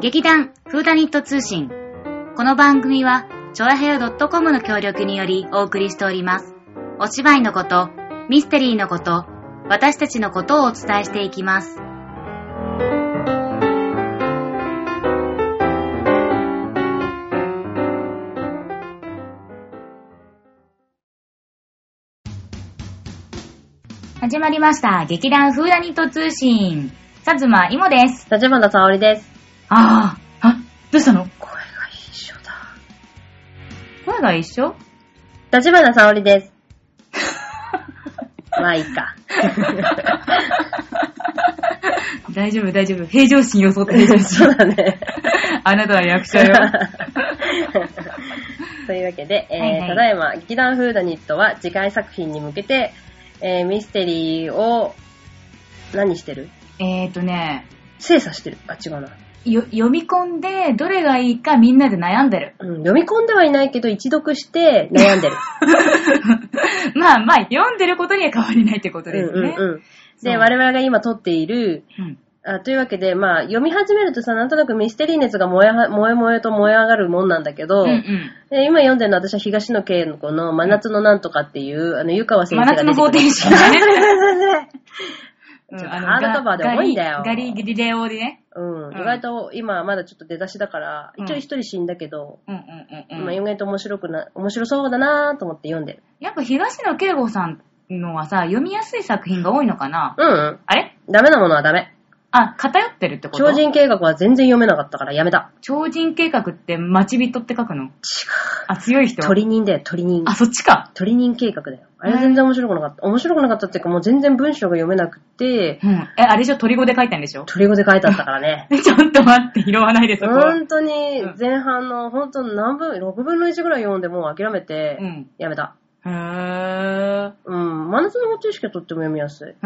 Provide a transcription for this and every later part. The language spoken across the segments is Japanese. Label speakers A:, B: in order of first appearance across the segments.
A: 劇団フーダニット通信。この番組は、チョアヘア .com の協力によりお送りしております。お芝居のこと、ミステリーのこと、私たちのことをお伝えしていきます。始まりました。劇団フーダニット通信。さつまいもです。
B: 立花沙織です。
A: ああ、あ、どうしたの
B: 声が一緒だ。
A: 声が一緒
B: 立花沙 織です。まあいいか。
A: 大丈夫、大丈夫。平常心を装って平常心。
B: そう だね。
A: あなたは役 者よ。
B: というわけで、えー
A: はいはい
B: ただいま、劇団フーダニットは次回作品に向けて、えーミステリーを、何してる
A: えーとね、
B: 精査してる。あ、違うな。
A: よ読み込んで、どれがいいかみんなで悩んでる。
B: うん、読み込んではいないけど、一読して悩 んでる。
A: まあまあ、読んでることには変わりないってことです
B: うん
A: ね。
B: うんう
A: そ
B: ん。
A: う
B: で、我々が今撮っている、
A: うん
B: あというわけで、まあ、読み始めるとさ、なんとなくミステリー熱が燃えは、燃え燃えと燃え上がるもんなんだけ
A: う
B: ど、
A: んうん。
B: で今読んでるのは私は東野圭子の真夏のなんとかっていう、あの、湯川先
A: 真
B: 生が
A: 夏
B: 出て
A: の方
B: くる
A: 程。式だね。
B: ちょっと
A: うんあの
B: ハードカバーで重いんだよ
A: ガリガリギリレオでね。
B: うん
A: ん。
B: 意外と今まだちょっと出だしだから、
A: うん
B: 一応一人死んだけど、
A: うんうんうん
B: まあ
A: うん。
B: 意外と面白くな、面白そうだなと思って読んでる。
A: やっぱ東野圭吾さんのはさ、読みやすい作品が多いのかな
B: うん、うん。
A: あれ
B: ダメなものはダメ。
A: あ、偏ってるってこと
B: 超人計画は全然読めなかったからやめた。
A: 超人計画って待ち人って書くのあ、強い人
B: 鳥人だよ、鳥人。
A: あ、そっちか。
B: 鳥人計画だよ。あれ全然面白くなかった。面白くなかったっていうかもう全然文章が読めなくて、
A: うん。え、あれじゃ鳥語で書いたんでしょ
B: 鳥語で書いてあったからね。
A: ちょっと待って、拾わないでそこは。
B: 本当に前半の本当何分、6分の1ぐらい読んでもう諦めて
A: うん。
B: やめた。
A: へー。
B: うん、真夏の方程式はとっても読みやすい。
A: へー。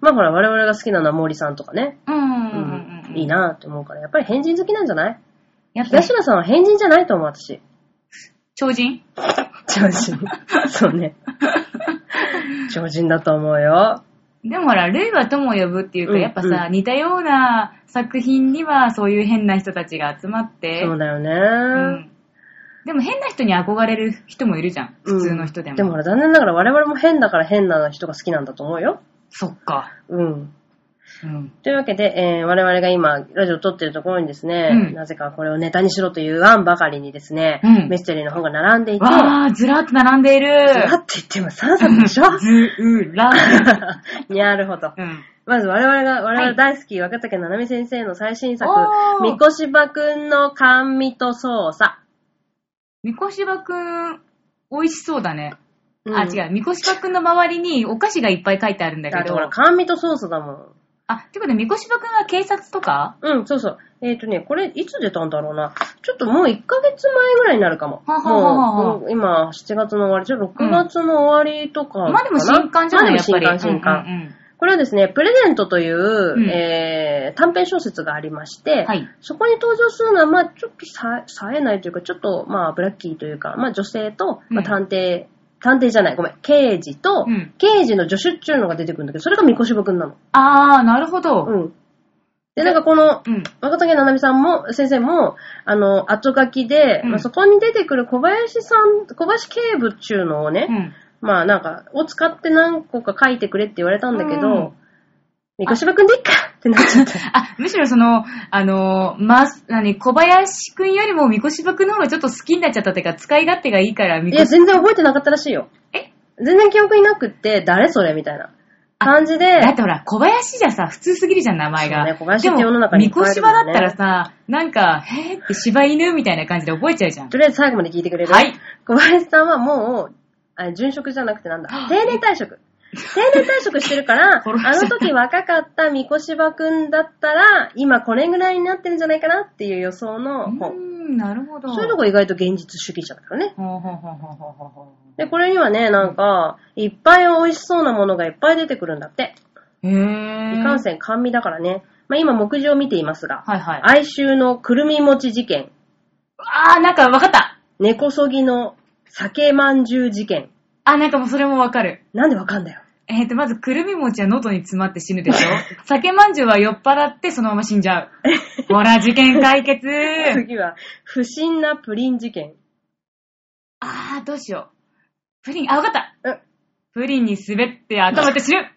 B: まあほら、我々が好きなのは森さんとかね。
A: うんうん
B: う
A: うんうん。
B: いい。なって思うから、やっぱり変人好きなんじゃない
A: やっぱ
B: 東野さんは変人じゃないと思う、私。
A: 超人
B: 超人。そうね。超人だと思うよ。
A: でもほら、類は友を呼ぶっていうか、
B: うん
A: やっぱさ、似たような作品にはそういう変な人たちが集まって。
B: そうだよね。
A: うん。でも変な人に憧れる人もいるじゃん。普通の人でも。
B: うんでもほら、残念ながら我々も変だから変な人が好きなんだと思うよ。
A: そっか。
B: うん。
A: うん。
B: というわけで、えー我々が今、ラジオを撮ってるところにですね、
A: うん
B: なぜかこれをネタにしろという案ばかりにですね、
A: うん
B: ミステリーの本が並んでいて、
A: わー、ずらっと並んでいる。
B: ずらって言っても3冊でしょ
A: ずうら。
B: にゃるほど。
A: うん。
B: まず我々が、我
A: は
B: 々
A: い
B: 大好き、若竹ななみ先生の最新作
A: お、ー
B: みこしばくんの甘味と操作。
A: みこしばくん、美味しそうだね。
B: うん
A: あ、違う。みこしばくんの周りにお菓子がいっぱい書いてあるんだ
B: だっ
A: け
B: て
A: ど
B: ほ。ら、甘味とソースだもん。
A: あ、ってことで、みこしばくんは警察とか
B: うん、そうそう。えっ、とね、これ、いつ出たんだろうな。ちょっともう1ヶ月前ぐらいになるかも。
A: ははははは
B: もう、もう今、7月の終わり、ちょ、6月の終わりとかかな、
A: まあでも新刊じゃない、
B: まあ
A: やっぱり。
B: でも新刊、新刊。
A: うんうん
B: これはですね、プレゼントという、
A: うん
B: えー、短編小説がありまして、
A: はい
B: そこに登場するのは、まあちょっとさ冴えないというか、ちょっと、まあブラッキーというか、まあ女性と、
A: うん
B: まあ探偵、探偵じゃない、ごめん、刑事と、
A: うん
B: 刑事の助手っていうのが出てくるんだけど、それが三越くんなの。
A: あー、なるほど。う
B: うん。で、なんかこの、
A: ん。
B: 若竹ななみさんも、先生も、あの、後書きで、
A: うん
B: まあ、そこに出てくる小林さん、小林警部っちゅうのをね、
A: うん。
B: まあなんか、を使って何個か書いてくれって言われたんだけ
A: う
B: ど
A: ん、
B: みこしばくんでいっかってなっちゃった。
A: あ、むしろその、あのー、ま、何、小林くんよりもみこしばくんの方がちょっと好きになっちゃったっていうか、使い勝手がいいから、み
B: い
A: こし
B: や、全然覚えてなかったらしいよ。
A: え
B: 全然記憶になくって、誰それみたいな感じで
A: だ、ってほら、小林じゃさ、普通すぎるじゃん、名前が。
B: そうね小林って世の中にい
A: み
B: っぱ
A: こ
B: いい
A: し
B: るもんね
A: ばだったらさ、なんか、へーって柴犬みたいな感じで覚えちゃうじゃん。
B: とりあえず最後まで聞いてくれる
A: はい。
B: 小林さんはもう、あ殉職じゃなくてなんだ
A: あ、
B: 定年退職。定年退職してるから、あ
A: 殺しちゃった
B: の時若かった三越場くんだったら、今これぐらいになってるんじゃないかなっていう予想
A: う
B: の
A: ー
B: 本。
A: ん、なるほど。
B: そういうのが意外と現実主義者だからね。
A: ほうほうほうほうほうほうほ
B: で、これにはね、なんか、いっぱい美味しそうなものがいっぱい出てくるんだって。
A: う。へー。
B: いかんせん甘味だからね。まあ今、目次を見ていますが、
A: はいはい。
B: 哀愁のくるみ餅事件、
A: あー、なんかわかった。
B: 根こそぎの酒まんじゅう事件。
A: あ、なんかもうそれもわかる。
B: なんでわかんだよ。
A: えっ、と、まず、くるみ餅は喉に詰まって死ぬ でしょ酒まんじゅうは酔っ払ってそのまま死んじゃう。ほら、事件解決
B: 次は、不審なプリン事件。
A: あー、どうしよう。プリン、あ、わかった
B: うん
A: プリンに滑って頭って死ぬ、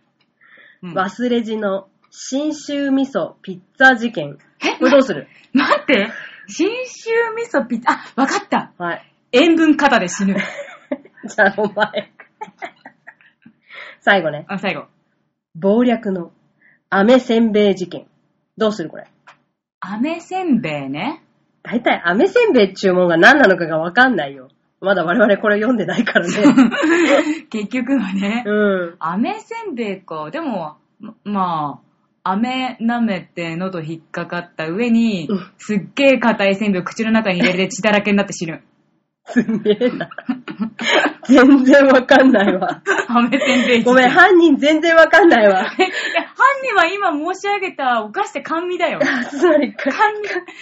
A: うん
B: 忘れじの新州味噌ピッツァ事件。
A: え
B: これどうする
A: 待って新州味噌ピッ、あ、わかった
B: はい。
A: 塩分過多で 死ぬ。
B: じゃあ、お前。最後ね。
A: あ、最後。
B: 暴略の飴せんべい事件。どうするこれ。
A: 飴せんべいね。
B: 大体、飴せんべい注文が何なのかがわかんないよ。まだ我々これ読んでないから ね。
A: 結局はね。
B: うん。
A: 飴せんべいか。でも、ままあ、飴舐めて喉引っかかった上に
B: うん、
A: すっげえ硬いせんべいを口の中に入れて血だらけになって死 ぬ。
B: すげえな。全然わかんないわ。
A: 飴せ んべい事件
B: ごめん、犯人全然わかんないわ。
A: いや 犯人は今申し上げたお菓子って甘味だ よ。
B: つまりか、
A: 甘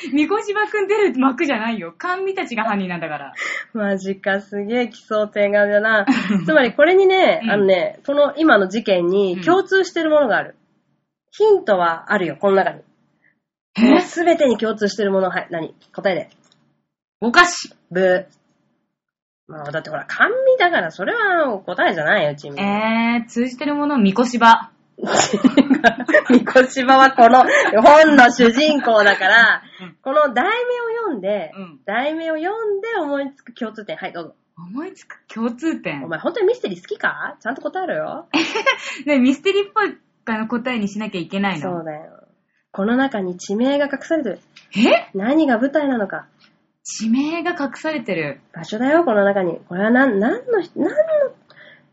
A: 味、みこしばくん出る幕じゃないよ。甘味たちが犯人なんだから。
B: マジか、すげえ奇想天外 だな。つまりこれにね、
A: うん
B: あのね、この今の事件
A: う
B: に
A: ん
B: 共通してるものがある。ヒントはあるよ、この中に。
A: え
B: すべてに共通してるもの、はい、何答えで。
A: お菓子
B: ブー。まあ、だってほら、甘味だから、それは答えじゃないよ、チーム。
A: えー、通じてるもの、みこしば。
B: みこしばはこの本の主人公だから、この題名を読んで、
A: うん
B: 題名を読んで思いつく共通点。はい、どうぞ。
A: 思いつく共通点
B: お。前、本当にミステリー好きかちゃんと答えろよ。
A: ね、ミステリーっぽいかの答えにしなきゃいけない
B: そ
A: の
B: う。だよ。この中に地名が隠されてる。
A: え
B: 何が舞台なのか。
A: 地名が隠されてる。
B: 場所だよ、この中に。これは何、何の、何の、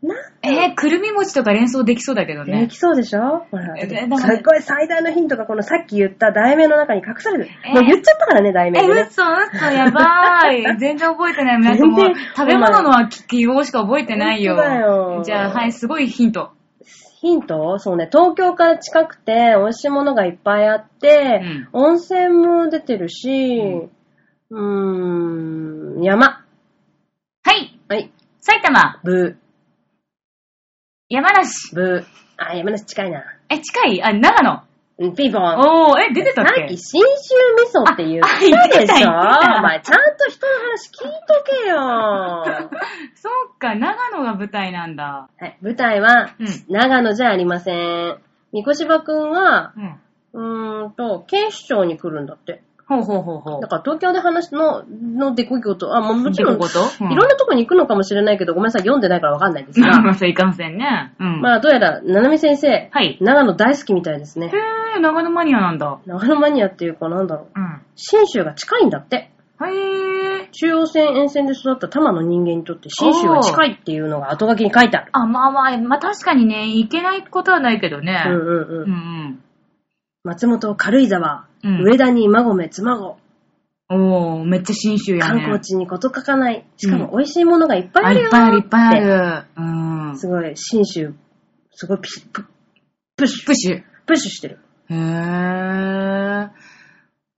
B: 何
A: えー、くるみ餅とか連想できそうだけど
B: で
A: ね。
B: きそうでしょほら。
A: え
B: す
A: でもね
B: っごい最大のヒントがこのさっき言った題名の中に隠されてる。
A: えー
B: もう言っちゃったからね、題名
A: え、
B: でね。
A: 嘘嘘やば ーい。全然覚えてない。なんかもう
B: 全然、
A: 食べ物のは記号しか覚えてないよ。
B: 本当だよ
A: じゃあ、はい、すごいヒント。
B: ヒントそうね、東京から近くて美味しいものがいっぱいあって、温泉も出てるし、うーん、山。
A: はい、
B: はい。
A: 埼玉、
B: ブ
A: 山梨。
B: ー、ブー。あ、山梨近いな。
A: え、近いあ、長野。
B: うんピンポン。
A: おー、え、出てた
B: さ
A: っ
B: っ
A: け
B: き、信州味噌って言った
A: あ
B: でしょ
A: あ言ってた言ってた
B: お前、ちゃんと人の話聞いとけよ。 は
A: そうか、長野が舞台なんだ。
B: い、舞台は
A: うん、
B: 長野じゃありません。三越場くんは、
A: うん。
B: うーんと、警視庁に来るんだって。
A: ほうほうほうほう
B: だ。から東京で話の、の出来事、あ、もうもちろん、い
A: 出来事うん
B: ろんなとこに行くのかもしれないけど、ごめんなさい、読んでないからわかんないです
A: まあま
B: が、
A: あ、そういかんせんね。うん。
B: まあ、どうやら、ななみ先生、
A: はい
B: 長野大好きみたいですね。
A: へー、長野マニアなんだ。
B: 長野マニアっていうか、なんだろう、
A: うん。
B: 信州が近いんだって。
A: はい。
B: 中央線沿線で育った多摩の人間にとって信州は近いっていうのが後書きに書いてある。
A: あ、まあまあ、まあ確かにね、いけないことはないけどね。
B: うんうんう。
A: うんん
B: 松本、軽井沢、
A: うん
B: 上田に馬込、妻子、
A: うん。おー、めっちゃ新州や
B: 観
A: ね。
B: 光地にこと書かない。しかも
A: う
B: 美味しいものがいっぱいあ
A: あ
B: る
A: い
B: よ
A: っぱいある、いっぱい
B: る。
A: ある。うん。
B: すごい、信州、すごいピシププッシュ、
A: プッシュ。
B: プッシュしてる。
A: へー。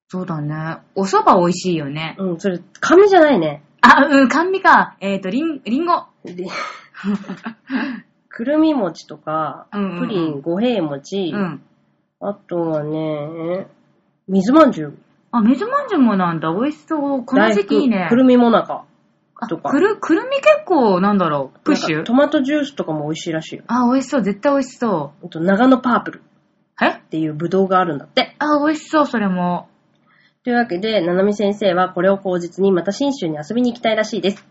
A: そうだね。お蕎麦美味しいよね。
B: うん、それ、紙じゃな いね。
A: あ、うん、甘味か。えっ、と、りん、りんご。
B: でくるみ餅とか、
A: うんうんうん
B: プリン、五平餅、
A: うん。
B: あとはね、水まんじゅう、
A: あ、水まんじゅうもなんだ。美味しそう。この時期いいね。
B: 大福くるみもなか。
A: あ
B: とか
A: くる、くるみ結構、なんだろう。プッシ
B: な
A: ュ
B: んかトマトジュースとかも美味しいらしいよ。
A: あ、美味しそう。絶対美味しそ
B: あと、長野パープルっ
A: う。え
B: ていうブドウがあるんだって。
A: あ、美味しそう、それも。
B: というわけで、ななみ先生はこれを口実にまた新州に遊びに行きたいらしいです。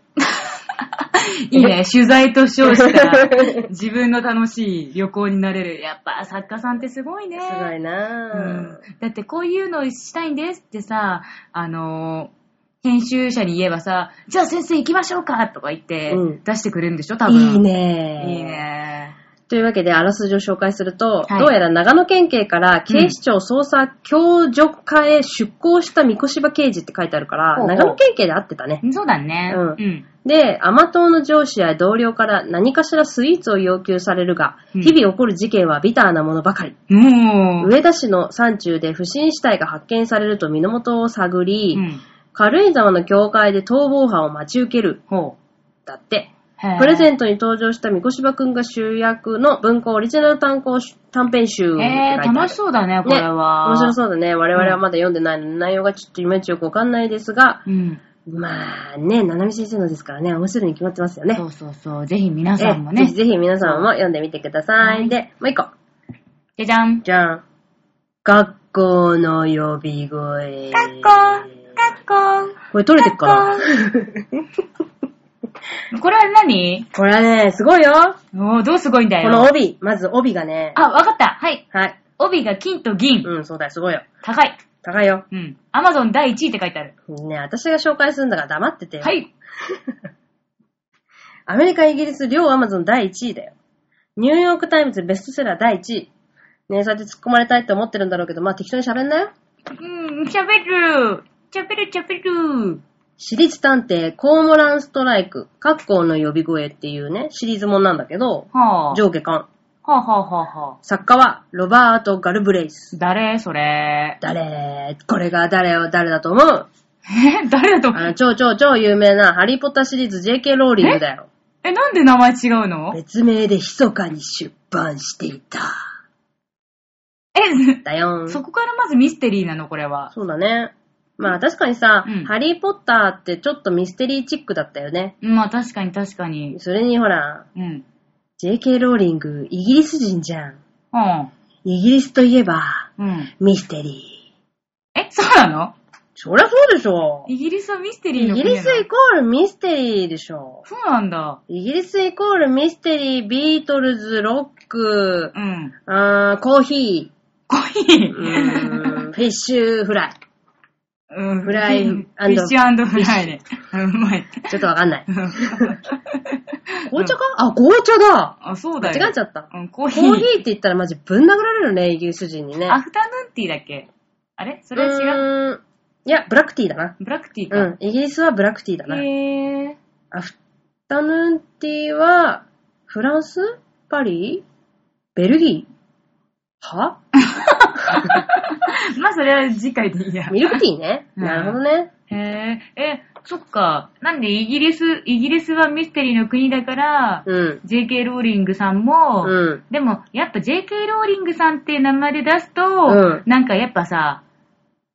A: いいね。取材と称したら、 自分の楽しい旅行になれる。やっぱ、作家さんってすごいね。
B: すごいなぁ。
A: だってこういうのしたいんですってさ、あのー編集者に言えばさ、じゃあ先生行きましょうかとか言って
B: うん
A: 出してくれるんでしょ、多分。
B: いい。ね
A: いいね。
B: というわけで、あらすじを紹介すると、
A: はい
B: どうやら長野県警から警視庁捜査協助課へ出向した三越場刑事って書いてあるから、
A: ほうほう
B: 長野県警で会ってたね。
A: そうだね。
B: うん
A: うん。
B: で、甘党の上司や同僚から何かしらスイーツを要求されるが、
A: うん
B: 日々起こる事件はビターなものばかり。
A: もう、
B: 上田市の山中で不審死体が発見されると身元を探り、
A: うん。
B: 軽井沢の教会で逃亡犯を待ち受ける。
A: ほう。
B: だって。
A: へ
B: プレゼ
A: ン
B: ントに登場した三越場くんが主役の文庫オリジナル単行し短編集。
A: えー、楽しそうだね、これは。
B: 面白そうだね。我々はまだ読んでないので、内容がちょっといまいちよくわかんないですが、
A: うん。
B: まあね、ななみ先生のですからね、面白いに決まってますよね。
A: そうそうそう。ぜひ皆さんもね。
B: ええぜひぜひ皆さんも読んでみてください。
A: はい
B: で、もう一個。
A: じゃじゃん。
B: じゃん。学校の呼び声。
A: 学校学校
B: これ取れてるかな
A: これは何
B: これはね、すごいよ。
A: おー、どうすごいんだ
B: こ
A: よ。
B: の帯。まず帯がね。
A: あ、わかった。はい。
B: はい。
A: 帯が金と銀。
B: うん、そうだよ、すごいよ。
A: 高い。
B: 高いよ。
A: うん。アマゾン第1位って書いてある。
B: ね私が紹介するんだから黙っててよ。
A: はい。
B: アメリカ、イギリス、両アマゾン第1位だよ。ニューヨークタイムズベストセラー第1位。ねそうやって突っ込まれたいって思ってるんだろうけど、まあ適当に喋んなよ。
A: うん、喋る。喋る、喋る。
B: 私立探偵、コウモランストライク、各校の呼び声っていうね、シリーズもんなんだけど、
A: はあ。
B: 上下巻。
A: はあ、はあ、はあ、はあ。
B: 作家は、ロバート・ガルブレイス。
A: 誰それ。
B: 誰これが誰を誰だと思う
A: え、 誰だと思
B: あ
A: う
B: の、超超超有名なハリーポッターシリーズ JK ローリングだよ。
A: え、なんで名前違うの
B: 別名で密かに出版していた。
A: え、
B: だよん。
A: そこからまずミステリーなの、これは。
B: そうだね。まあ確かにさ、
A: うん
B: ハリーポッターってちょっとミステリーチックだったよね。
A: まあ、確かに確かに。
B: それにほら、
A: うん。
B: JK ローリング、イギリス人じゃん。
A: うん。
B: イギリスといえば、
A: うん。
B: ミステリー。
A: え、そうなの
B: そりゃそうでしょ。
A: イギリスはミステリー
B: イ
A: の
B: ギ
A: 国
B: リ
A: な
B: ス
A: の
B: イコールミステリーでしょ。
A: そうなんだ。
B: イギリスイコールミステリー、ビートルズ、ロック
A: う、ん。
B: あーコーヒ
A: コーヒー
B: ー、う。ーんフィッシュフライ。
A: うん
B: フライ
A: フィッシュフライね。うんうまい。
B: ちょっとわか んない。紅茶かあ、紅茶だ
A: あ、そうだよ。
B: 間違っちゃった。
A: うん、コー
B: コ
A: ヒ
B: ー
A: ー。
B: ヒーって言ったらマジぶん殴られるね、イギリス人にね。
A: ア、フタヌーンティーだっけあれそれは違う。
B: うーん。いや、ブラックティーだな。
A: ブラックティー
B: う
A: か。
B: ん。イギリスはブラックティーだな。
A: へー。
B: アフタヌーンティーは、フランスパリベルギーは
A: まあ、それは次回でいいや。
B: ミルクティーね。
A: うん
B: なるほどね。
A: へえ、え、そっか。なんでイギリス、イギリスはミステリーの国だから、
B: うん。
A: JK ローリングさんも、
B: うん。
A: でも、やっぱ JK ローリングさんっていう名前で出すと、
B: うん
A: なんかやっぱさ、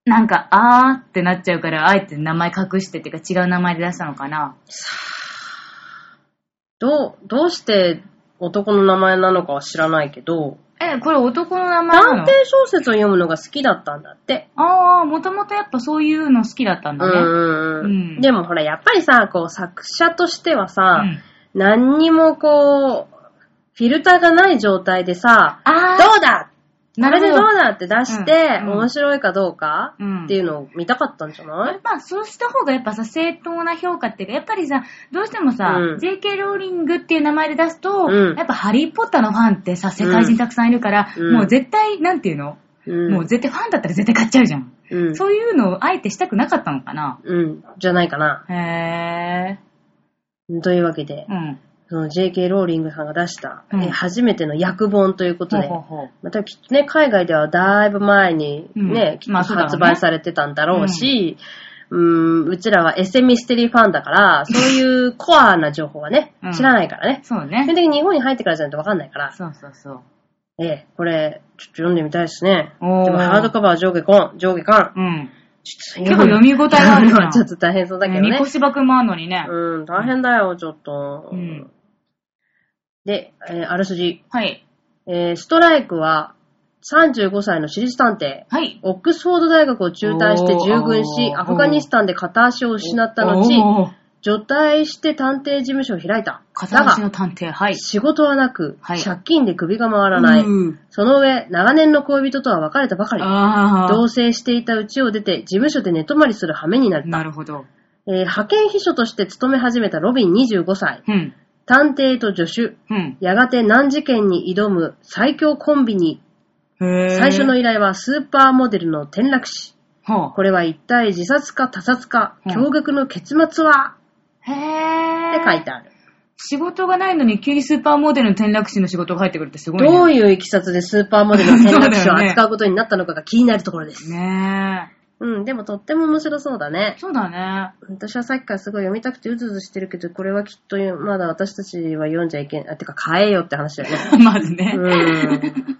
A: なんか、あーってなっちゃうから、あえて名前隠してっていうか違う名前で出したのかな。
B: どう、どうして男の名前なのかは知らないけど、
A: え、これ男の名前な
B: 探
A: の
B: 偵小説を読むのが好きだったんだって。
A: あー、もともとやっぱそういうの好きだったん
B: う
A: だ
B: ん
A: ね。
B: うんうん
A: うん
B: でもほら、やっぱりさ、こう、作者としてはさ、
A: うん
B: 何にもこう、フィルターがない状態でさ、ど
A: あー、
B: うだ
A: な
B: これで
A: る
B: ど
A: ほ
B: う
A: ど。
B: だって出して、
A: うんうん
B: 面白いかどうか、
A: うん
B: っていうのを見たかったんじゃない
A: まあ、そうした方がやっぱさ、正当な評価っていうか、やっぱりさ、どうしてもさ、
B: うん
A: JK ローリングっていう名前で出すと、
B: うん
A: やっぱハリーポッターのファンってさ、世界人たくさんいるから、
B: うん
A: もう絶対、なんていうの、
B: うん
A: もう絶対ファンだったら絶対買っちゃうじゃん。
B: うん。
A: そういうのをあえてしたくなかったのかな
B: うん。じゃないかな。
A: へえ。
B: というわけで
A: う、ん。
B: その JK ローリングさんが出した、
A: うん
B: え初めての訳本ということ
A: ほう
B: で、
A: ほうほう。
B: またきっとね、海外ではだいぶ前にね、
A: うん
B: きっ
A: ま
B: と
A: あそうだろうね
B: 発売されてたんだろうし、うーん、うちらはエセミステリーファン だから、そういうコアな情報はね
A: うん、
B: 知らないからね。
A: そう
B: 基本
A: ね。
B: 的に日本に入ってからじゃないとわかんないから、
A: そうそうそう。
B: ええ、これ、ちょっと読んでみたいですね。で
A: おー
B: もハードカバー上下コン、上下巻。
A: うん。
B: ちょっ
A: 結構読み応えがあるじゃん
B: ちょっと大変そうだけど
A: み
B: ね
A: こ。しばくんもあんのにね。
B: うん、大変だよ、ちょっと。
A: うん
B: で、えーあらすじ。
A: はい。
B: えーストライクは35歳の私立探偵。
A: はい。
B: オックスフォード大学を中退して従軍し
A: お、ー
B: アフガニスタンで片足を失った後、
A: おー、
B: 除隊して探偵事務所を開いた。だ
A: 片足
B: が、
A: の探偵、はい。
B: 仕事はなく、
A: はい。
B: 借金で首が回らないう
A: ー
B: その上、長年の恋人とは別れたばかり。
A: あー。
B: 同棲していた家を出て、事務所で寝泊まりする羽目になった。
A: なるほど。
B: えー派遣秘書として勤め始めたロビン25歳。
A: うん。
B: 探偵と助手。
A: うん。
B: やがて難事件に挑む最強コンビニ。
A: へえ。
B: 最初の依頼はスーパーモデルの転落死。
A: ほ
B: これは一体自殺か他殺か、
A: うん
B: 驚愕の結末は
A: う。へ
B: っ
A: え。
B: て書いてある。
A: 仕事がないのに急にスーパーモデルの転落死の仕事が入ってくるってすごいね。
B: どういういきさつでスーパーモデルの転落死
A: そう
B: を
A: だよね
B: 扱うことになったのかが気になるところです。
A: ね
B: うん、でもとっても面白そうだね。
A: そうだ ね。
B: 私はさっきからすごい読みたくてうずうずしてるけど、これはきっとまだ私たちは読んじゃいけない。あ、てか買えよって話だよね。
A: まずね。
B: うん。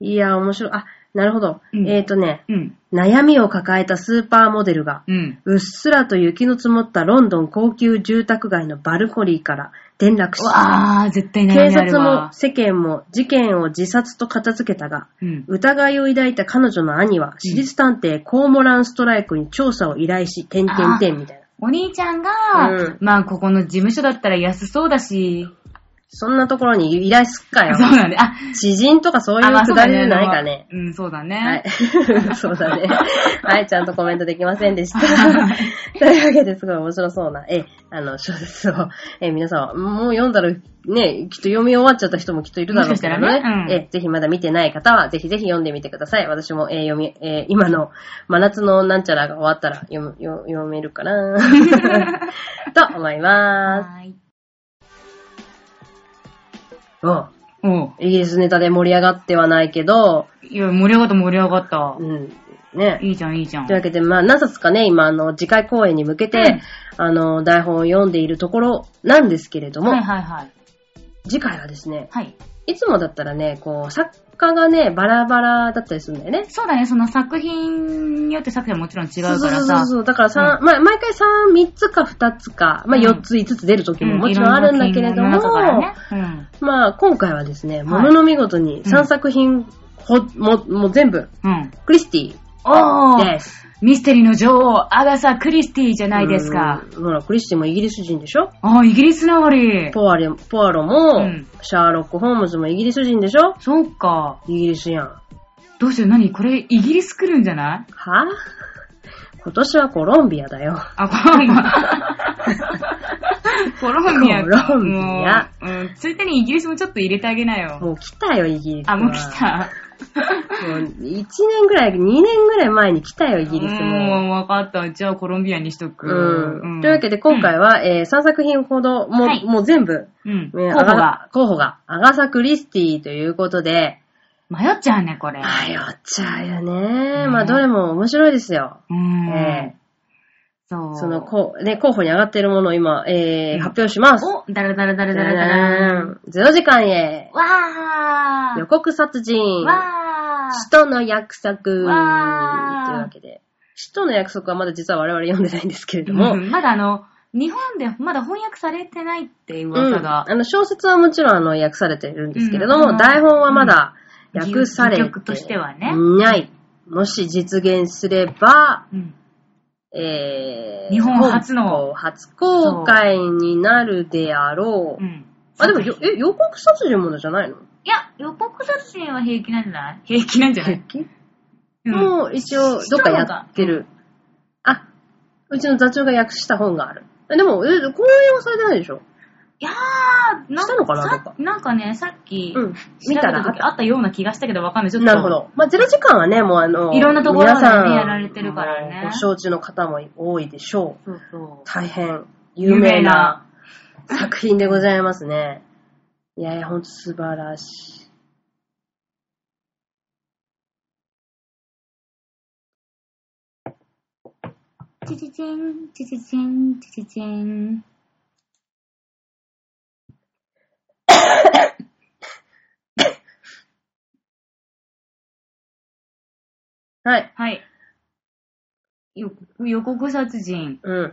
B: いや、面白い。あ、なるほど。
A: うん
B: えっ、ー、とね、
A: うん。
B: 悩みを抱えたスーパーモデルが、
A: うん。
B: うっすらと雪の積もったロンドン高級住宅街のバルコニーから転落し、
A: わー、絶対悩
B: 警
A: みある
B: 察も
A: わ。
B: 世間も事件を自殺と片付けたが、
A: うん。
B: 疑いを抱いた彼女の兄は、私立探偵コーモランストライクに調査を依頼し、点々点みたいな。
A: お兄ちゃんが、
B: うん
A: まあ、ここの事務所だったら安そうだし、
B: そんなところに依頼すっかよ
A: そ。うなんで、あ、
B: 知人とかそういうくだりじゃないかね。。
A: うん、そうだ
B: はい
A: ね。。
B: そうだね。はい、ちゃんとコメントできませんでした。というわけですごい面白そうな、え、あの、小説を、え、皆さん、もう読んだら、ね、きっと読み終わっちゃった人もきっといるだろうけど
A: もし
B: ね
A: かしたら。ねうん
B: え、ぜひまだ見てない方は、ぜひぜひ読んでみてください。私も、えー読み、えー今の真夏のなんちゃらが終わったら読む、読読めるかなと思いま
A: はい。
B: す。うん。
A: おう
B: イギリスネタで盛り上がってはないけど、
A: いや、盛り上がった盛り上がった
B: う。ん、ね。
A: いいじゃん、いいじゃん
B: という。わけで、まあ、何冊かね、今、あの、次回公演に向けて、あの、台本を読んでいるところなんですけれども、
A: はいはいはい。
B: 次回はですね、
A: はい。
B: いつもだったらね、こう、作家がね、バラバラだったりするんだよね。
A: そうだね、その作品によって作品はもちろん違うから
B: そうそうそう
A: さ。
B: そう。だからさ、まあ、毎回3、3つか2つか、まあ、
A: うん
B: 4つ、5つ出る時ももちろんあるんだけれど
A: い
B: も、
A: ろんな作品の中からね
B: まあ、今回はですね、
A: い
B: ものの見事に3作品、ほ、も、もう全部、
A: うん。うん。
B: クリスティ
A: おー
B: です。
A: ミステリーの女王、アガサ・クリスティじゃないですか。
B: うん。ほら、クリスティもイギリス人でしょ
A: あーイギリスながり。
B: ポアレポアロも、
A: うん
B: シャーロック・ホームズもイギリス人でしょ
A: そうか。
B: イギリスやん。は
A: どうしよう、何これ、イギリス来るんじゃない
B: ぁ今年はコロンビアだよ。
A: あ、コロンビア。 コロンビアか。
B: コロンビア
A: もう。うん、ついでにイギリスもちょっと入れてあげなよ。
B: もう来たよ、イギリスは。
A: あ、もう来た。
B: もう1年ぐらい、2年ぐらい前に来たよ、イギリスも。
A: もう分かった。じゃあコロンビアにしとく。
B: うん。というわけで、今回は、え3作品ほど、もう、
A: はい
B: もう全部、
A: うん、候補
B: ねア
A: が
B: ガ。候補が、アガサ・クリスティということで、
A: 迷っちゃうね、これ。
B: 迷っちゃうよね。
A: うん
B: まあ、どれも面白いですよ。
A: うん。
B: え
A: そう。
B: その、こう、ね、候補に上がっているものを今、えー
A: うん
B: 発表します。
A: お、だらだらだらだらだら。
B: ゼロ時間へ。
A: わー
B: 予告殺人。
A: わ
B: 使徒の約束。という
A: わー
B: わけで。使徒の約束はまだ実は我々読んでないんですけれ
A: ー
B: ども。
A: う
B: うん
A: んまだあの、日本でまだ翻訳されてないっていう噂が
B: あ。の、小説はもちろんあの、訳されてるんですけれども、
A: うん
B: 台本はまだ
A: うん
B: 訳されて
A: 戯曲としてはね
B: ない。もし実現すれば、
A: うん。
B: えー、
A: 日本初の
B: 本邦初公開になるであろう。
A: うん。
B: あ、でもよ、え、予告殺人ものじゃないの
A: いや、予告殺人は平気なんじゃない平気なんじゃない
B: 気
A: うん。
B: もう一応、どっかやってる。あ、うちの座長が訳した本がある。えでも、え、公演はされてないでしょ
A: いやー、
B: したのかな
A: さ
B: なんか
A: なんかね、さっき、
B: うん
A: 見た
B: 見たらあ
A: ら
B: った
A: あったような気がしたけどわかんない。ちょっと。
B: なるほ。ど。まあ、ゼロ時間はね、もうあの、
A: いろんなところでね
B: 皆さん
A: やられてるからね
B: ご承知の方も多いでしょう。
A: そうそう。
B: 大変有名な作品でございますね。いやいや、ほんと素晴らしい。
A: チチチン、チチチン、チチチン。
B: はい。
A: はい。予告予告殺人。
B: うん。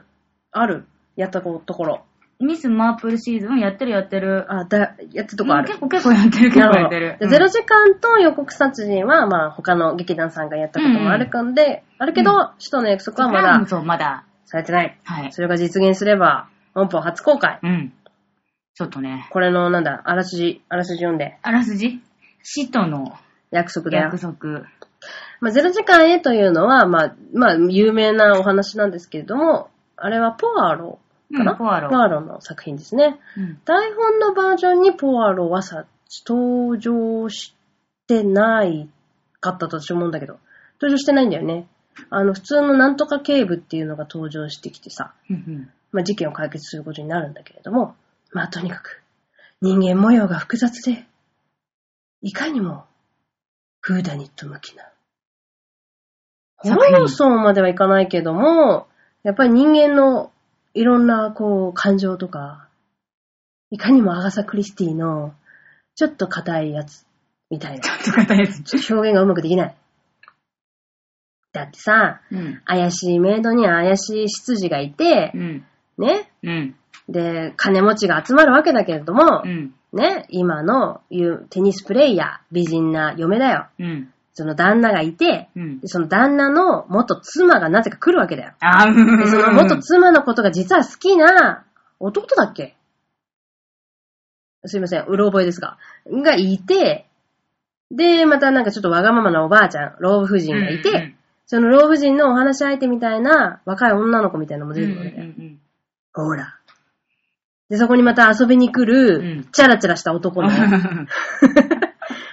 B: ある。やったところ。
A: ミスマープルシーズンやってるやってる。
B: あ、だ、やったとこあ
A: うん
B: る
A: 結。構結構やってる、結構やって
B: な
A: る
B: ほ。どでゼロ時間と予告殺人は、まあ、他の劇団さんがやったこともあるかんで、あるけど、使徒の約束は
A: う
B: ま
A: ん
B: だ
A: そう、まだ。
B: されてない。
A: はい。
B: それが実現すれば、本邦初公開。
A: うん。ちょっとね。
B: これの、なんだ、あらすじ、あらすじ読んで、
A: あらすじ死との
B: 約束だよ
A: 約。束。
B: まあ、ゼロ時間へというのは、まあ、まあ、有名なお話なんですけれども、あれはポアロかな、
A: うんポアロ
B: ポアロの作品ですね。
A: うん。
B: 台本のバージョンにポアロはさ、登場してないかったと私思うんだけど、登場してないんだよね。あの、普通のなんとか警部っていうのが登場してきてさ、
A: うん
B: まあ、事件を解決することになるんだけれども、まあ、とにかく、人間模様が複雑で、いかにも、フーダニット向きな、ホ
A: 作品
B: ロソンまではいかないけども、やっぱり人間のいろんなこう感情とか、いかにもアガサ・クリスティのちょっと硬いやつみたいな。
A: とか大好き。
B: ちょっと表現がうまくできない。だってさ、
A: うん。
B: 怪しいメイドには怪しい執事がいて
A: う、ん。
B: ね、
A: うん。
B: で、金持ちが集まるわけだけれども
A: う、ん。
B: ね、今の言うテニスプレイヤー、美人な嫁だよ。
A: うん。
B: その旦那がいて、
A: うん
B: で。その旦那の元妻がなぜか来るわけだよ。
A: あー、うん。
B: で、その元妻のことが実は好きな弟だっけすいません、うろ覚えですが。がいて、で、またなんかちょっとわがままなおばあちゃん、老婦人がいて、
A: うんうん
B: その老婦人のお話し相手みたいな若い女の子みたいなのも
A: うん
B: 出てくるわけだよ。
A: うん
B: ほら。で、そこにまた遊びに来る、
A: うん
B: チャラチャラした男
A: う
B: の、
A: ん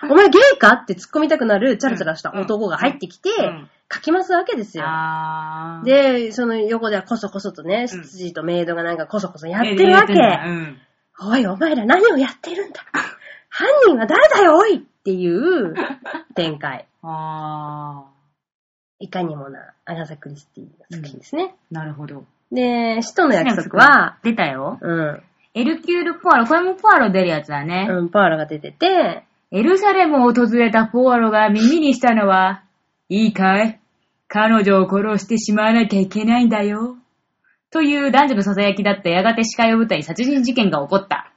B: お前ゲイかって突っ込みたくなるチャラチャラした男が入ってきて、
A: うん
B: 書きますわけですよ。
A: あー
B: で、その横ではこそこそとね、
A: うん
B: 執事とメイドがなんかこそこそやってるわけ。
A: うん。
B: おい、お前ら何をやってる んだ犯人は誰だよ、おいっていう展開。
A: あ
B: いかにもな、アガサ・クリスティの作品ですね。
A: ー、なるほど。
B: で、使徒の約束は、
A: 出たよ。
B: うん、
A: エルキュール・ポアロ、これもポアロ出るやつだね。
B: うん、パーラが出てて、
A: エルサレムを訪れたポアロが耳にしたのは、いいかい彼女を殺してしまわなきゃいけないんだよ。という男女の囁きだったやがて司会を舞台に殺人事件が起こった。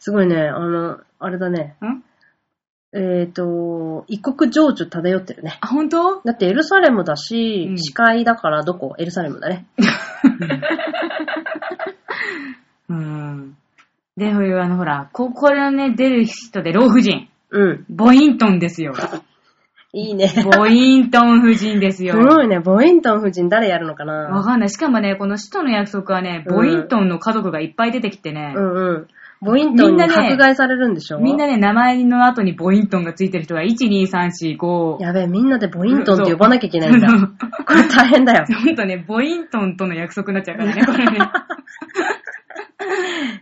B: すごいね、あの、あれだね、
A: ん
B: えっ、と、異国情緒漂ってるね。
A: あ、本当
B: だってエルサレムだし、
A: うん
B: 司会だからどこエルサレムだね。
A: うん。で、ほらあの、ほら、ここらね、出る人で老婦人。
B: うん。
A: ボイントンですよ。
B: いいね。
A: ボイントン夫人です
B: す
A: よ。
B: ごいね。ボイントン夫人誰やるのか
A: わ
B: な
A: かんない。しかもね、この使徒の約束はね、ボイントンの家族がいっぱい出てきてね
B: う、んうん。ボイント
A: み
B: ンに
A: んなね
B: 迫害されるんでしょ
A: みんなね、名前の後にボイントンがついてる人が、1、2、3、4、5。
B: やべえ、みんなでボイントンって呼ばなきゃいけない んだ。
A: そう
B: これ大変だよ。
A: ほんとね、ボイントンとの約束になっちゃうからね、これ ね。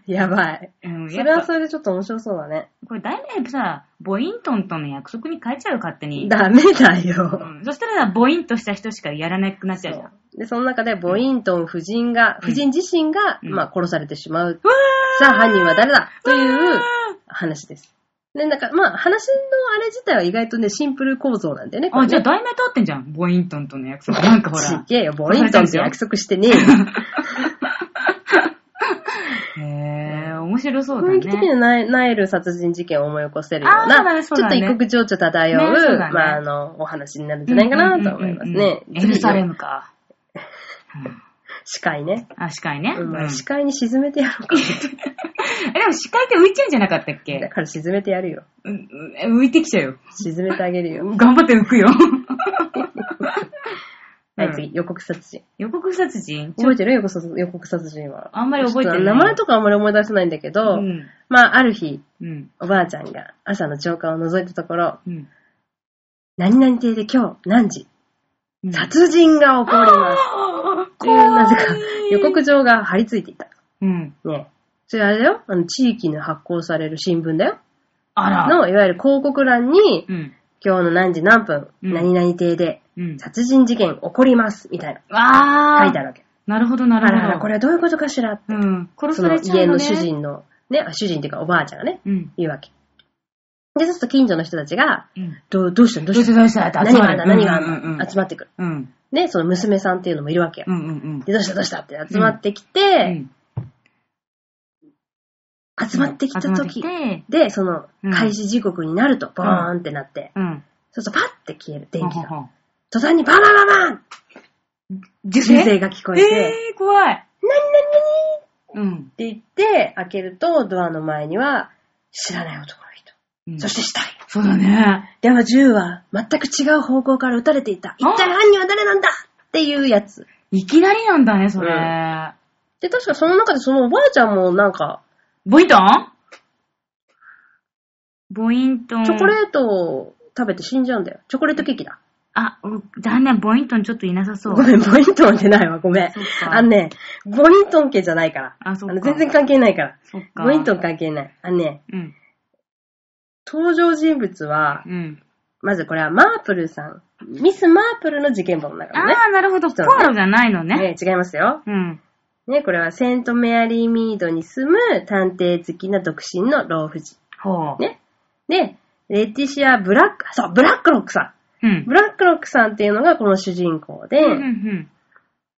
B: やばい。
A: うん、
B: そ
A: や
B: れ
A: っ
B: は
A: ぱ、
B: それでちょっと面白そうだね。
A: これ大体さ、ボイントンとの約束に変えちゃうよ、勝手に。
B: ダメだ
A: う
B: よ。
A: ん、そしたらさ、ボインとした人しかやらなくなっちゃうじゃん。
B: で、その中でボイントン夫人が、
A: うん
B: 夫人自身が、
A: うん
B: まあ殺されてしまう。
A: うわ
B: さあ犯人は誰だという
A: わ
B: 話です。で、なんか、まあ話のあれ自体は意外とね、シンプル構造なんだよね。こ
A: ー
B: れ
A: あ、
B: ね
A: じゃあ題名立ってんじゃん。ボイントンとの約束。なんかほ
B: ち
A: ら。
B: げえよ、ボイントンって約束して ねえよ。
A: へー、面白そうだ
B: 雰囲気的に
A: ね。
B: はナイナイル殺人事件を思い起こせるよ
A: あ
B: う
A: ー
B: な、
A: そうだね
B: ち
A: そう
B: ょ
A: だ
B: っと
A: ね
B: 異国情緒漂う、
A: ねそうだね
B: まあ、あの、お話になるんじゃないかなと思いますね。
A: うんうんうんうんエルサレ
B: ム。
A: ムか。
B: 司会ね。
A: あ、司会ね。
B: う
A: うんん、え、でも
B: 司会に沈めてやろうか。
A: 司会って浮いちゃうんじゃなかったっ
B: だ
A: け
B: から沈めてやるよ。
A: うんうん浮いてきちゃうよ。
B: 沈めてあげるよ。
A: 頑張って浮くよ。
B: は
A: う
B: い、
A: ん
B: 次、予告殺人。
A: 予告殺人ちょ
B: 覚えてる予告殺予告殺人は。
A: あんまり覚えてない
B: ちょっと名前とかあんまり思い出せないんだけ
A: う
B: ど、
A: ん。
B: まあ、ある日、
A: うん。
B: おばあちゃんが朝の朝刊を覗いたところ、
A: うん。
B: 何々亭で今日何時、
A: うん
B: 殺人が起こります。
A: あー
B: という、なぜか
A: 怖い
B: 予告状が貼り付いていた。
A: うん。
B: ねそれあれだよあの、地域の発行される新聞だよ。
A: あら。
B: の、いわゆる広告欄に、
A: うん。
B: 今日の何時何分、
A: うん
B: 何々邸で、
A: うん。
B: 殺人事件起こります、みたいな。
A: あー。
B: 書いてあるわけ。
A: なるほど、な
B: あ
A: るほど。
B: らあら、これはどういうことかしらっ
A: う
B: て、
A: ん。殺
B: そ
A: さ
B: の
A: れちゃ
B: 家
A: うのね。
B: の主人の、ね、あ主人っていうかおばあちゃんがね、
A: うん。
B: 言うわけ。で、そうすると近所の人たちが、
A: うん。
B: どうどうしたのど
A: ど
B: う
A: う
B: し
A: したた
B: の
A: どうしたって
B: 何があんだ何があ
A: うんうんん
B: だ集まってくる。
A: うん。うん。
B: で、その娘さんっていうのもいるわけよ
A: う。んうん
B: で、どうしたどうしたって集まってきて、集まってきた時、
A: で、
B: で、その
A: う、ん
B: 開始時刻になると、ボーンってなって、
A: うん。
B: そうするとパッて消える、電気
A: ほ
B: が。
A: ほほ
B: 途端にバンバンバンバン
A: 受
B: 銃
A: 精
B: 声が聞こえて、
A: えー、怖い。何何
B: って言って、開けると、ドアの前には、知らない男の人。
A: うん。
B: そして死体。
A: そうだね。
B: でも銃は、全く違う方向から撃たれていた。一体犯人は誰なんだっていうやつ。
A: いきなりなんだね、それ。
B: で、確かその中でそのおばあちゃんもなんか、
A: ボイントンボイントン。
B: チョコレートを食べて死んじゃうんだよ。チョコレートケーキだ。
A: あ、う残念、ボイントンちょっといなさそ
B: ご
A: う。
B: めん、ボイントンってないわ、ごめ ん
A: そっ。か
B: あのね、ボイントン家じゃないから。
A: あ、そっか。
B: あの全然関係ないから。
A: そっか。
B: ボイントン関係ない。あのね、
A: うん。
B: 登場人物は、
A: うん。
B: まずこれはマープルさん。ミス・マープルの事件簿の中のね。
A: あー、なるほど。ポ
B: そうね
A: アロじゃないのね。
B: ね違いますよ。
A: うん。
B: ね、これはセント・メアリー・ミードに住む探偵好きな独身の老婦人。
A: ほう。
B: ね。で、レティシア・ブラック、そう、ブラックロックさ
A: うん
B: ん。。ブラックロックさんっていうのがこの主人公で、
A: うんうん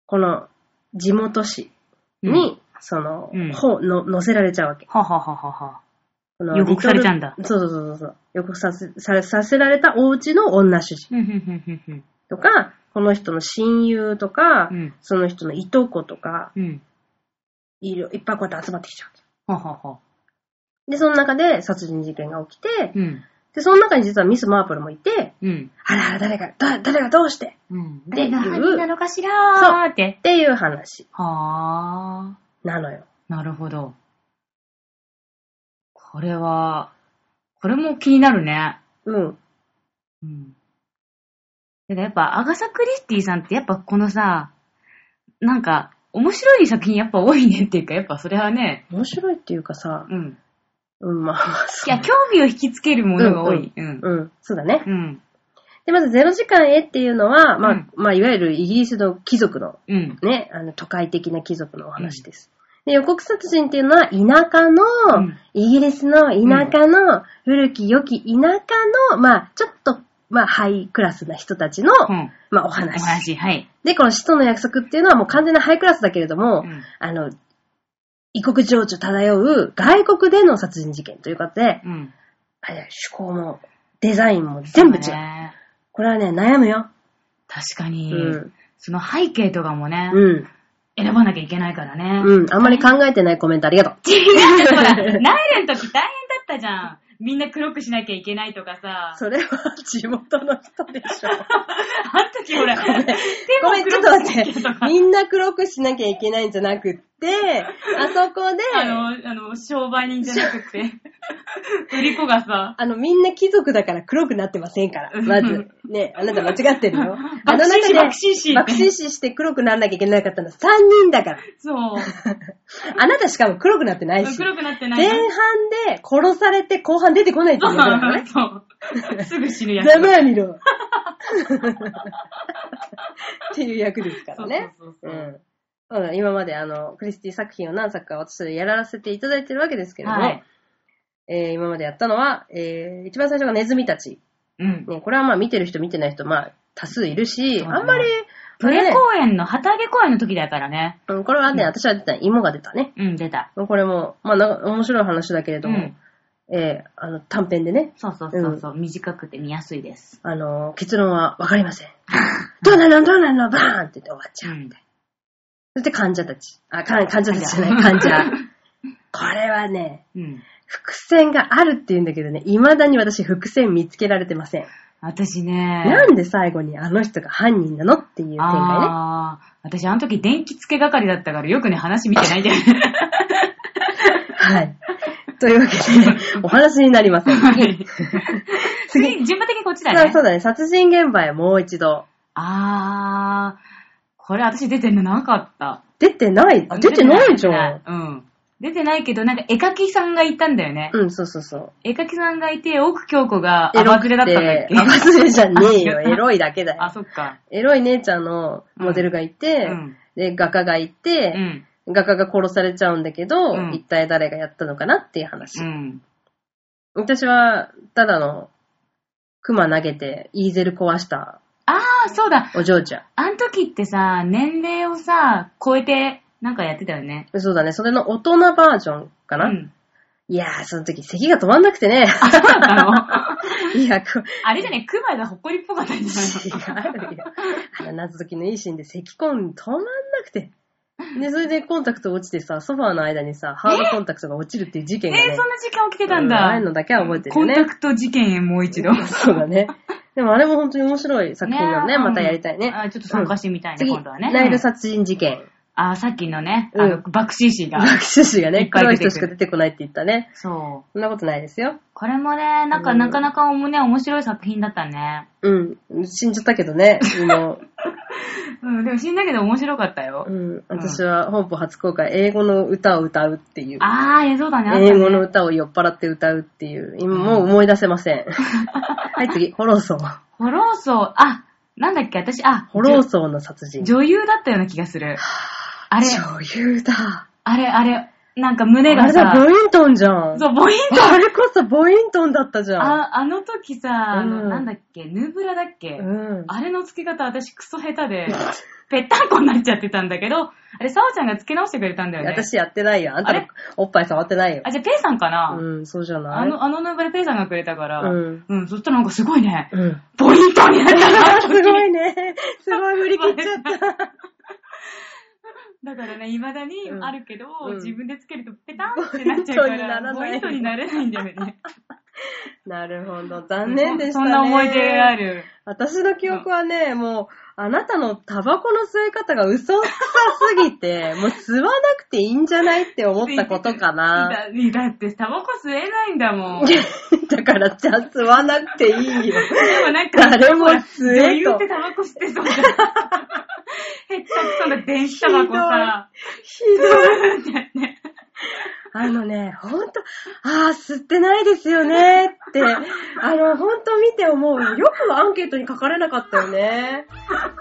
B: この地元紙
A: うん。
B: に、その、
A: うん
B: ほの載せられちゃうわけ。
A: ははははは。
B: この
A: 予告されちゃうんだ
B: リトルそうそうそうそう。予告させされさせられたお家の女主
A: う
B: 人
A: んうんうんうん
B: とか、この人の親友とか、
A: うん。
B: その人のいとことか、
A: うん。うん。
B: いろいっぱいこうやって集まってきちゃうわけ。
A: ははは。
B: で、その中で殺人事件が起きて、
A: うん。
B: で、その中に実はミス・マープルもいて、
A: うん。
B: あらあら、誰が、だ誰がどうして
A: うん。
B: で
A: 誰が犯人なのかしらーって
B: っ。ていう話
A: はー。
B: なのよ。
A: なるほど。これは、これも気になるね。
B: うん。
A: うん。だからやっぱ、アガサ・クリスティさんってやっぱこのさ、なんか、面白い作品やっぱ多いねっていうか、やっぱそれはね、
B: 面白いっていうかさ、
A: うん。
B: うん、まあ、まあそ
A: いや、興味を引きつけるものが多い。うん。
B: う。うん、そうだね。
A: うん。
B: で、まず0時間へっていうのは、まあ、
A: うん
B: まあ、いわゆるイギリスの貴族の
A: うん。
B: ね、あの、都会的な貴族のお話です。で、予告殺人っていうのは、田舎の、
A: うん
B: イギリスの田舎の、古き良き田舎の、まあ、ちょっと、まあ、ハイクラスな人たちの、
A: うん。
B: まあ、お
A: お
B: 話。
A: 話、はい。
B: で、この使徒の約束っていうのはもう完全なハイクラスだけれども、
A: うん
B: あの、異国情緒漂う外国での殺人事件ということで、
A: うん。
B: あれ趣向もデザインも全部違う。
A: そうね
B: これはね、悩むよ。
A: 確かに、
B: うん
A: その背景とかもね、
B: うん。
A: 選ばなきゃいけないからね。
B: うん。あんまり考えてないコメントありがとう。
A: 違う、ほら、ナイレの時大変だったじゃん。みんな黒くしなきゃいけないとかさ。
B: それは地元の人でしょ。
A: あの時ほら、手も
B: ごめん、ちょ
A: 黒
B: っと
A: くしな
B: 待っ
A: きゃ
B: て
A: とか。。
B: みんな黒くしなきゃいけないんじゃなくって、あそこで、
A: あの、あの、商売人じゃなくて、売り子がさ、。
B: あの、みんな貴族だから黒くなってませんから。まず。ね、あなた間違ってるよ あの中で、
A: 爆心師爆
B: 爆
A: 心
B: 心師して黒くならなきゃいけなかったのは3人だから。
A: そう、
B: あなたしかも黒くなってないし。
A: 黒くなってない
B: 前半
A: ね。
B: で殺されて後半出てこないって
A: そ
B: いうのが ね
A: う。そう。すぐ死ぬやつ。
B: ざまあ みろっていう役ですからね。
A: そうそうそ
B: う
A: うそうん
B: うん、今まであの、クリスティ作品を何作か私やらせていただいてるわけですけれども、
A: はい。
B: えー今までやったのは、えー一番最初がネズミたち。
A: うん。
B: ね、これはまあ見てる人見てない人、まあ多数いるし、
A: そうだね
B: あんまり、
A: プレ公演の、旗揚げ公演の時だからね。
B: うん、これはね、私は出た、芋が出たね。
A: うん、出た。
B: これも、まあなんか面白い話だけれ
A: う
B: ども、
A: ん。
B: えーあの、短編でね、
A: そうそうそうそう、短くて見やすいです。
B: あの、結論はわかりませ ん。どうなのどうなのバーンって言って終わっちゃう。
A: うん
B: そして患者たち。あ、か患者たちじゃない、患者。 これはね、
A: うん。
B: 伏線があるって言うんだけどね、未だに私伏線見つけられてません。
A: 私ね。
B: なんで最後にあの人が犯人なのっていう展開ね。
A: ああ、私あの時電気付け係だったからよくね、話見てないんだよね。
B: はい。というわけで、 お話になりません。
A: 次、順番的にこっちだ
B: さあ
A: ね
B: そ。うだね、殺人現場へもう一度。
A: あー、これ私出てんのなかった。
B: 出てない、あ、出てないじゃん。
A: うん。出てないけど、なんか絵描きさんがいたんだよね。
B: うん、そうそうそう。
A: 絵描きさんがいて、奥京子が
B: エ
A: ア
B: ロ
A: バ
B: く
A: ズレ
B: て、
A: だったんだっけ
B: あ忘れじゃねえよ。エロいだけだ
A: あ、
B: よ。
A: そっか。
B: エロい姉ちゃんのモデルがいて、
A: うん
B: で、画家がいうて、
A: ん。
B: 画家が殺されちゃうんだけど、
A: うん
B: 一体誰がやったのかなっていう話。
A: うん。
B: 私は、ただの、熊投げて、イーゼル壊した
A: あー、そうだ。
B: お嬢ちゃ
A: あの時ってさ、年齢をさ、超えて、なんかやってたよね。
B: ん。そうだね、それの大人バージョンか
A: う
B: な、
A: ん。
B: いやー、その時咳が止まんなく てね。
A: あ、そうだったの
B: いや、こう、
A: あれじゃね、クマがほっこりっぽかったんじ
B: 違
A: ゃないう
B: よ。あの謎解きのいいシーンで咳コン止まんなくて。で、それでコンタクト落ちてさ、ソファーの間にさ、ハードコンタクトが落ちるっていう事件がね。
A: えー、そんな事件起きてたん
B: うんあ
A: だ。
B: あいうのだけは覚えてる
A: コ
B: よ
A: ン
B: ね。
A: タクト事件へもう一度。
B: そうだね。でもあれも本当に面白い作品なのね。
A: え
B: またやりたいね。
A: あちょっと参加してみたいね、
B: 次、
A: 今度はね。
B: ナイル殺人事件。
A: あ、さっきのね、
B: うん
A: あの、爆心師が
B: 爆。 死死が
A: いっ、
B: ね
A: ぱい
B: 黒
A: 出
B: い
A: てくる
B: 人しか出てこないって言ったね。
A: そう。
B: そんなことないですよ。
A: これもね、なんか、
B: うん
A: なかなかおもね、面白い作品だったね。
B: うん。死んじゃったけどね。も
A: うん、でも死んだけど面白かったよ
B: う、う。ん。私は本邦初公開、英語の歌を歌うっていう。
A: あー、え、そうだね。あったね
B: 英語の歌を酔っ払って歌うっていう。今もう思い出せません。はい、次。ホローソー。
A: ホローソー、あ、なんだっけ、私、あ、
B: ホローソーの殺人。
A: 女優だったような気がする。あれ、
B: 女優だ。
A: あれ、あれ、なんか
B: あ
A: 胸が
B: れだ、ボ
A: さ、
B: イントンじゃん。
A: そう、ボイン
B: あれこそボイントンだったじゃん。
A: あ、あの時さ、あの
B: うん
A: なんだっけ、ヌーブラだっけ、
B: うん。
A: あれの付け方、私クソ下手で、ぺったんこになっちゃってたんだけど、あれ、サオちゃんが付け直してくれたんだよね。
B: 私やってないよ。あんた
A: あれ
B: のおっぱい触ってないよ。
A: あ、じゃあ、ペイさんかな、
B: うん、そうじゃない
A: あの、あのヌーブラペイさんがくれたから、
B: うん。
A: うん、そしたらなんかすごいね、
B: うん。
A: ポイントになったな
B: すごいね。 すごい振り切っちゃった。
A: だからね、未だに
B: うん
A: あるけど、
B: うん
A: 自分でつけるとペタンってなっちゃうから、ポ
B: ポ
A: イ
B: イ
A: ン
B: ン
A: ト
B: ト
A: に
B: に
A: な
B: な
A: れないんだよね。
B: なるほど。残念でした
A: そ
B: ね。
A: んな思い出ある。
B: 私の記憶はね、もう、あなたのタバコの吸い方が嘘くさすぎ て、もう吸わなくていいんじゃないって思ったことかな。
A: だだって、タバコ吸えないんだもん。で
B: だから、じゃあ吸わなくていいよ。
A: もなんか、
B: 誰も吸えと
A: 女優ってタバコ吸って そうじゃん。へったくそな電子タバコさ。
B: ひどい。
A: ねね
B: あのね、ほんと、ああ、吸ってないですよねって、あの、ほんと見て思う。よくアンケートに書かれなかったよね。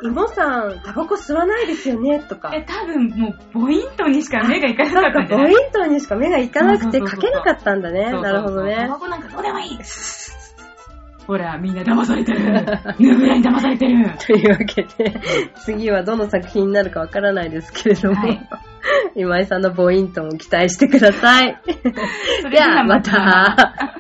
B: イモさん、タバコ吸わないですよねとか。
A: え、多分もう、ポイントにしか目がいかなかったんじゃ
B: ボ
A: ない
B: イントンにしか目がいかなくて
A: そうそうそうそ
B: 書
A: う
B: けなかったんだ
A: そ
B: ね。
A: うそうそう
B: なるほど
A: タ
B: ね
A: バ。コなんかどうでもいい。ほら、みんな騙されてる。ヌーブラに騙されてる。
B: というわけで、次はどの作品になるかわからないですけれども、
A: はい
B: 今井さんのボイントンを期待してください。
A: それ
B: では、また。